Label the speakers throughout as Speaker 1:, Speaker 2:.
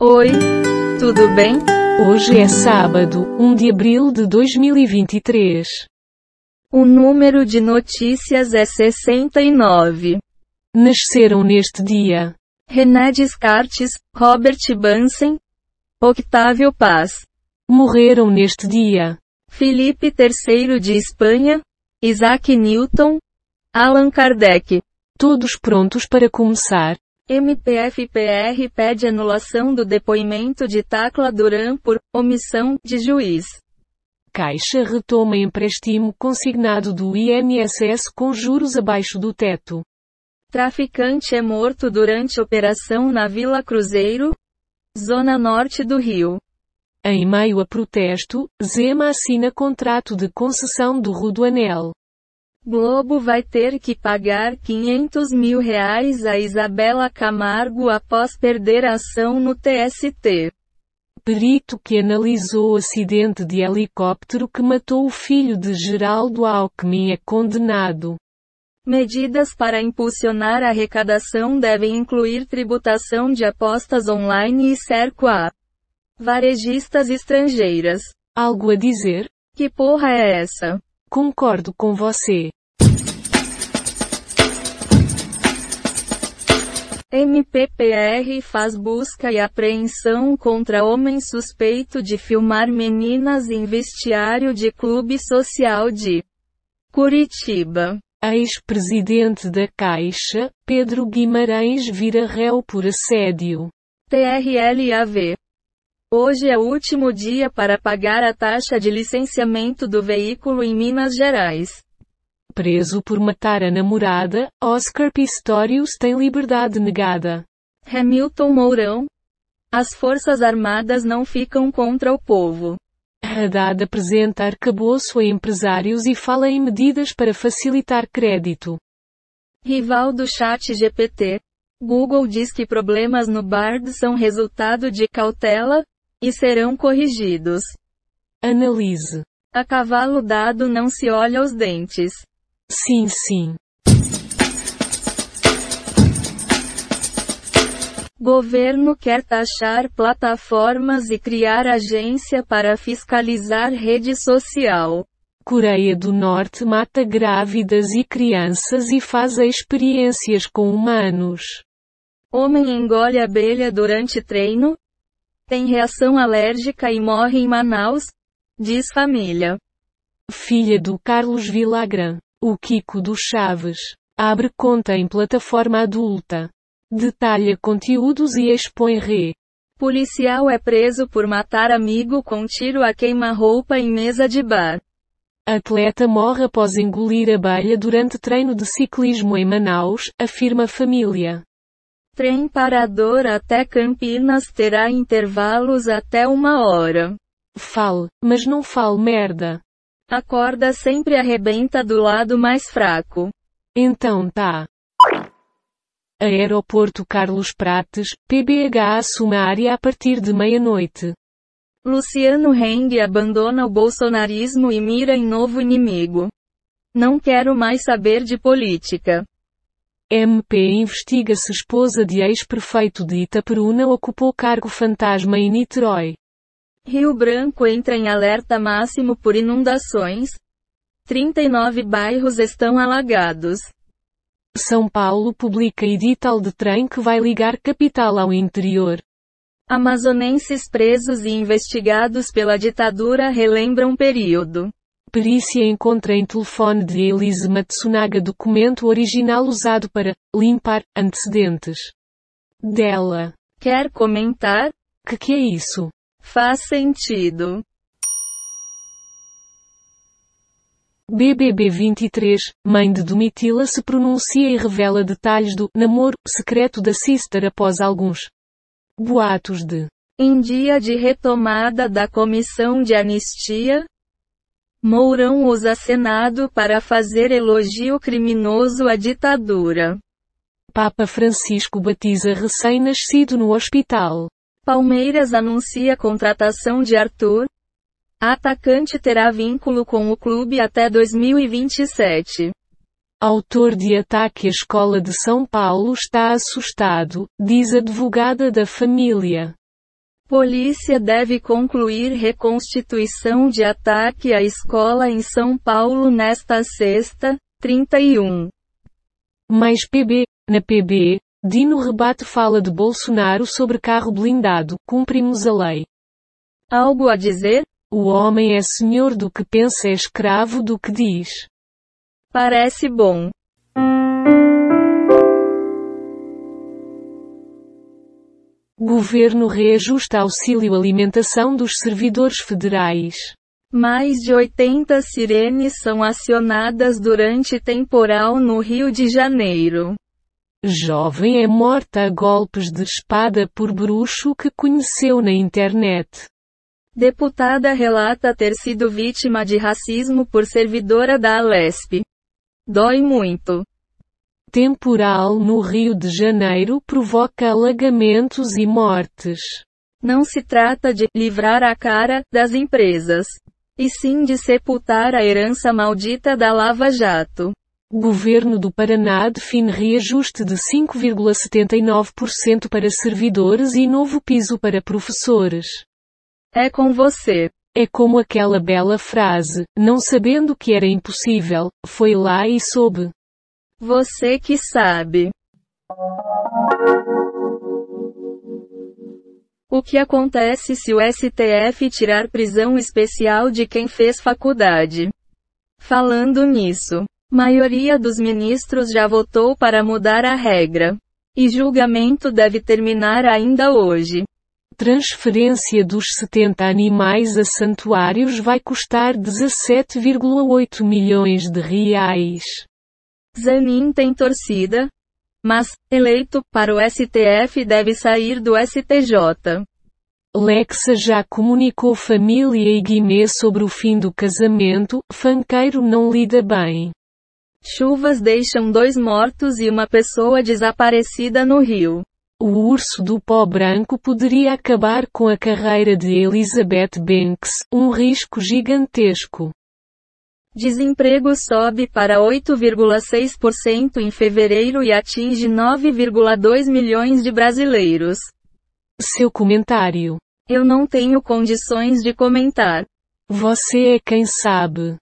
Speaker 1: Oi, tudo bem?
Speaker 2: Hoje é sábado, 1 de abril de 2023.
Speaker 1: O número de notícias é 69.
Speaker 2: Nasceram neste dia
Speaker 1: René Descartes, Robert Bunsen, Octávio Paz,
Speaker 2: Morreram neste dia.
Speaker 1: Felipe III de Espanha, Isaac Newton, Allan Kardec.
Speaker 2: Todos prontos para começar.
Speaker 1: MPFPR pede anulação do depoimento de Tacla Duran por omissão de juiz.
Speaker 2: Caixa retoma empréstimo consignado do INSS com juros abaixo do teto.
Speaker 1: Traficante é morto durante operação na Vila Cruzeiro, zona norte do Rio.
Speaker 2: Em meio a protesto, Zema assina contrato de concessão do Rodoanel.
Speaker 1: Globo vai ter que pagar 500 mil reais a Isabela Camargo após perder a ação no TST.
Speaker 2: Perito que analisou o acidente de helicóptero que matou o filho de Geraldo Alckmin é condenado.
Speaker 1: Medidas para impulsionar a arrecadação devem incluir tributação de apostas online e cerco a varejistas estrangeiras.
Speaker 2: Algo a dizer?
Speaker 1: Que porra é essa?
Speaker 2: Concordo com você.
Speaker 1: MPPR faz busca e apreensão contra homem suspeito de filmar meninas em vestiário de clube social de Curitiba.
Speaker 2: Ex-presidente da Caixa, Pedro Guimarães vira réu por assédio.
Speaker 1: TRLAV. Hoje é o último dia para pagar a taxa de licenciamento do veículo em Minas Gerais.
Speaker 2: Preso por matar a namorada, Oscar Pistorius tem liberdade negada.
Speaker 1: Hamilton Mourão. As Forças Armadas não ficam contra o povo.
Speaker 2: Haddad apresenta arcabouço a empresários e fala em medidas para facilitar crédito.
Speaker 1: Rival do chat GPT. Google diz que problemas no Bard são resultado de cautela e serão corrigidos.
Speaker 2: Analise.
Speaker 1: A cavalo dado não se olha os dentes.
Speaker 2: Sim, sim.
Speaker 1: Governo quer taxar plataformas e criar agência para fiscalizar rede social.
Speaker 2: Coreia do Norte mata grávidas e crianças e faz experiências com humanos.
Speaker 1: Homem engole abelha durante treino? Tem reação alérgica e morre em Manaus? Diz família.
Speaker 2: Filha do Carlos Vilagrã, o Kiko do Chaves, abre conta em plataforma adulta. Detalha conteúdos e expõe re.
Speaker 1: Policial é preso por matar amigo com tiro a queima-roupa em mesa de bar.
Speaker 2: Atleta morre após engolir abelha durante treino de ciclismo em Manaus, afirma família.
Speaker 1: Trem parador até Campinas terá intervalos até uma hora.
Speaker 2: Fale, mas não fale merda.
Speaker 1: A corda sempre arrebenta do lado mais fraco.
Speaker 2: Então tá. Aeroporto Carlos Prates, PBH assume a área a partir de meia-noite.
Speaker 1: Luciano Heng abandona o bolsonarismo e mira em novo inimigo. Não quero mais saber de política.
Speaker 2: MP investiga se esposa de ex-prefeito de Itaperuna ocupou cargo fantasma em Niterói.
Speaker 1: Rio Branco entra em alerta máximo por inundações. 39 bairros estão alagados.
Speaker 2: São Paulo publica edital de trem que vai ligar capital ao interior.
Speaker 1: Amazonenses presos e investigados pela ditadura relembram um período.
Speaker 2: Perícia encontra em telefone de Elise Matsunaga documento original usado para limpar antecedentes dela.
Speaker 1: Quer comentar?
Speaker 2: Que que é isso?
Speaker 1: Faz sentido.
Speaker 2: BBB 23, mãe de Domitila se pronuncia e revela detalhes do namoro secreto da sister após alguns boatos de
Speaker 1: Em dia de retomada da comissão de anistia, Mourão usa Senado para fazer elogio criminoso à ditadura.
Speaker 2: Papa Francisco batiza recém-nascido no hospital.
Speaker 1: Palmeiras anuncia contratação de Arthur. Atacante terá vínculo com o clube até 2027.
Speaker 2: Autor de ataque à escola de São Paulo está assustado, diz advogada da família.
Speaker 1: Polícia deve concluir reconstituição de ataque à escola em São Paulo nesta sexta, 31.
Speaker 2: Mais PB. Na PB, Dino rebate fala de Bolsonaro sobre carro blindado. Cumprimos a lei.
Speaker 1: Algo a dizer?
Speaker 2: O homem é senhor do que pensa, é escravo do que diz.
Speaker 1: Parece bom.
Speaker 2: Governo reajusta auxílio alimentação dos servidores federais.
Speaker 1: Mais de 80 sirenes são acionadas durante temporal no Rio de Janeiro.
Speaker 2: Jovem é morta a golpes de espada por bruxo que conheceu na internet.
Speaker 1: Deputada relata ter sido vítima de racismo por servidora da Alesp. Dói muito.
Speaker 2: Temporal no Rio de Janeiro provoca alagamentos e mortes.
Speaker 1: Não se trata de livrar a cara das empresas, e sim de sepultar a herança maldita da Lava Jato.
Speaker 2: Governo do Paraná define reajuste de 5,79% para servidores e novo piso para professores.
Speaker 1: É com você.
Speaker 2: É como aquela bela frase, não sabendo que era impossível, foi lá e soube.
Speaker 1: Você que sabe. O que acontece se o STF tirar prisão especial de quem fez faculdade? Falando nisso, maioria dos ministros já votou para mudar a regra. E julgamento deve terminar ainda hoje.
Speaker 2: Transferência dos 70 animais a santuários vai custar 17,8 milhões de reais.
Speaker 1: Zanin tem torcida, mas, eleito para o STF deve sair do STJ.
Speaker 2: Lexa já comunicou família e Guimê sobre o fim do casamento, Fanqueiro não lida bem.
Speaker 1: Chuvas deixam dois mortos e uma pessoa desaparecida no Rio.
Speaker 2: O urso do pó branco poderia acabar com a carreira de Elizabeth Banks, um risco gigantesco.
Speaker 1: Desemprego sobe para 8,6% em fevereiro e atinge 9,2 milhões de brasileiros.
Speaker 2: Seu comentário.
Speaker 1: Eu não tenho condições de comentar.
Speaker 2: Você é quem sabe.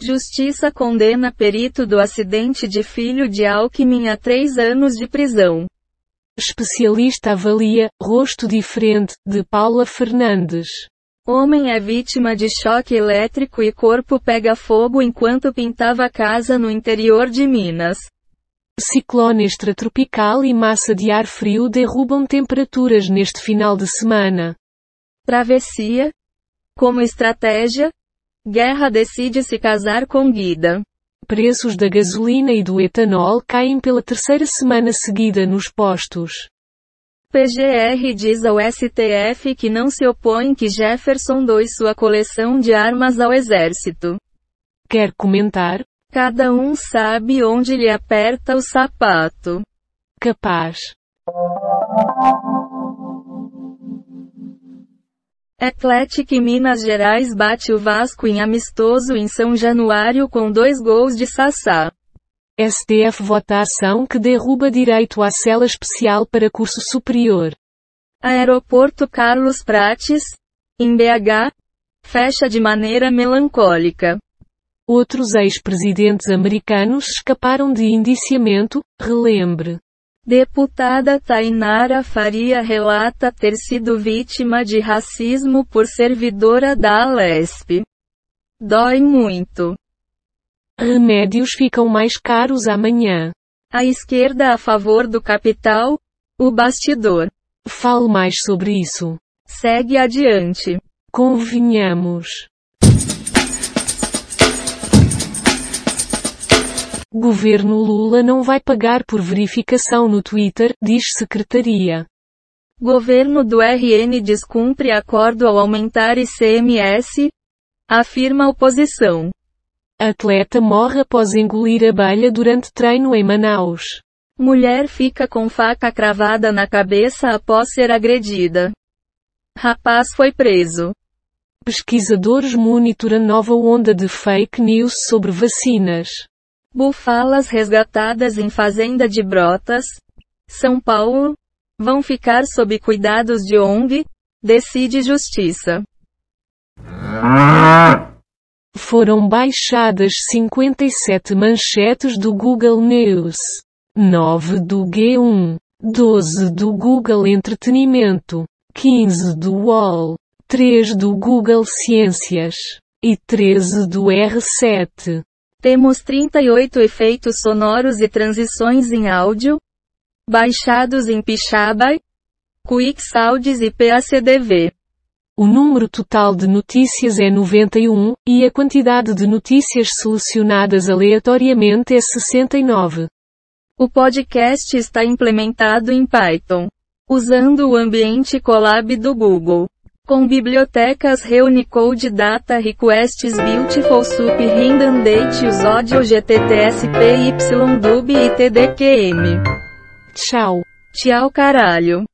Speaker 1: Justiça condena perito do acidente de filho de Alckmin a três anos de prisão.
Speaker 2: Especialista avalia rosto diferente de Paula Fernandes.
Speaker 1: Homem é vítima de choque elétrico e corpo pega fogo enquanto pintava casa no interior de Minas.
Speaker 2: Ciclone extratropical e massa de ar frio derrubam temperaturas neste final de semana.
Speaker 1: Travessia? Como estratégia? Guerra decide se casar com Guida.
Speaker 2: Preços da gasolina e do etanol caem pela terceira semana seguida nos postos.
Speaker 1: PGR diz ao STF que não se opõe que Jefferson doe sua coleção de armas ao Exército.
Speaker 2: Quer comentar?
Speaker 1: Cada um sabe onde lhe aperta o sapato.
Speaker 2: Capaz.
Speaker 1: Atlético Minas Gerais bate o Vasco em amistoso em São Januário com dois gols de Sassá.
Speaker 2: STF vota ação que derruba direito à cela especial para curso superior.
Speaker 1: Aeroporto Carlos Prates, em BH, fecha de maneira melancólica.
Speaker 2: Outros ex-presidentes americanos escaparam de indiciamento, relembre.
Speaker 1: Deputada Tainara Faria relata ter sido vítima de racismo por servidora da Alesp. Dói muito.
Speaker 2: Remédios ficam mais caros amanhã.
Speaker 1: A esquerda a favor do capital? O bastidor.
Speaker 2: Fale mais sobre isso.
Speaker 1: Segue adiante.
Speaker 2: Convenhamos. Governo Lula não vai pagar por verificação no Twitter, diz secretaria.
Speaker 1: Governo do RN descumpre acordo ao aumentar ICMS? Afirma oposição.
Speaker 2: Atleta morre após engolir abelha durante treino em Manaus.
Speaker 1: Mulher fica com faca cravada na cabeça após ser agredida. Rapaz foi preso.
Speaker 2: Pesquisadores monitoram nova onda de fake news sobre vacinas.
Speaker 1: Bufalas resgatadas em fazenda de brotas. São Paulo? Vão ficar sob cuidados de ONG? Decide Justiça.
Speaker 2: Foram baixadas 57 manchetes do Google News, 9 do G1, 12 do Google Entretenimento, 15 do UOL, 3 do Google Ciências e 13 do R7.
Speaker 1: Temos 38 efeitos sonoros e transições em áudio, baixados em Pixabay, QuickSounds e PACDV.
Speaker 2: O número total de notícias é 91, e a quantidade de notícias selecionadas aleatoriamente é 69.
Speaker 1: O podcast está implementado em Python, usando o ambiente Colab do Google, com bibliotecas Reunicode Data Requests Beautiful Soup Random Date Us Audio GTTS PYDUB e TDQM.
Speaker 2: Tchau.
Speaker 1: Tchau caralho.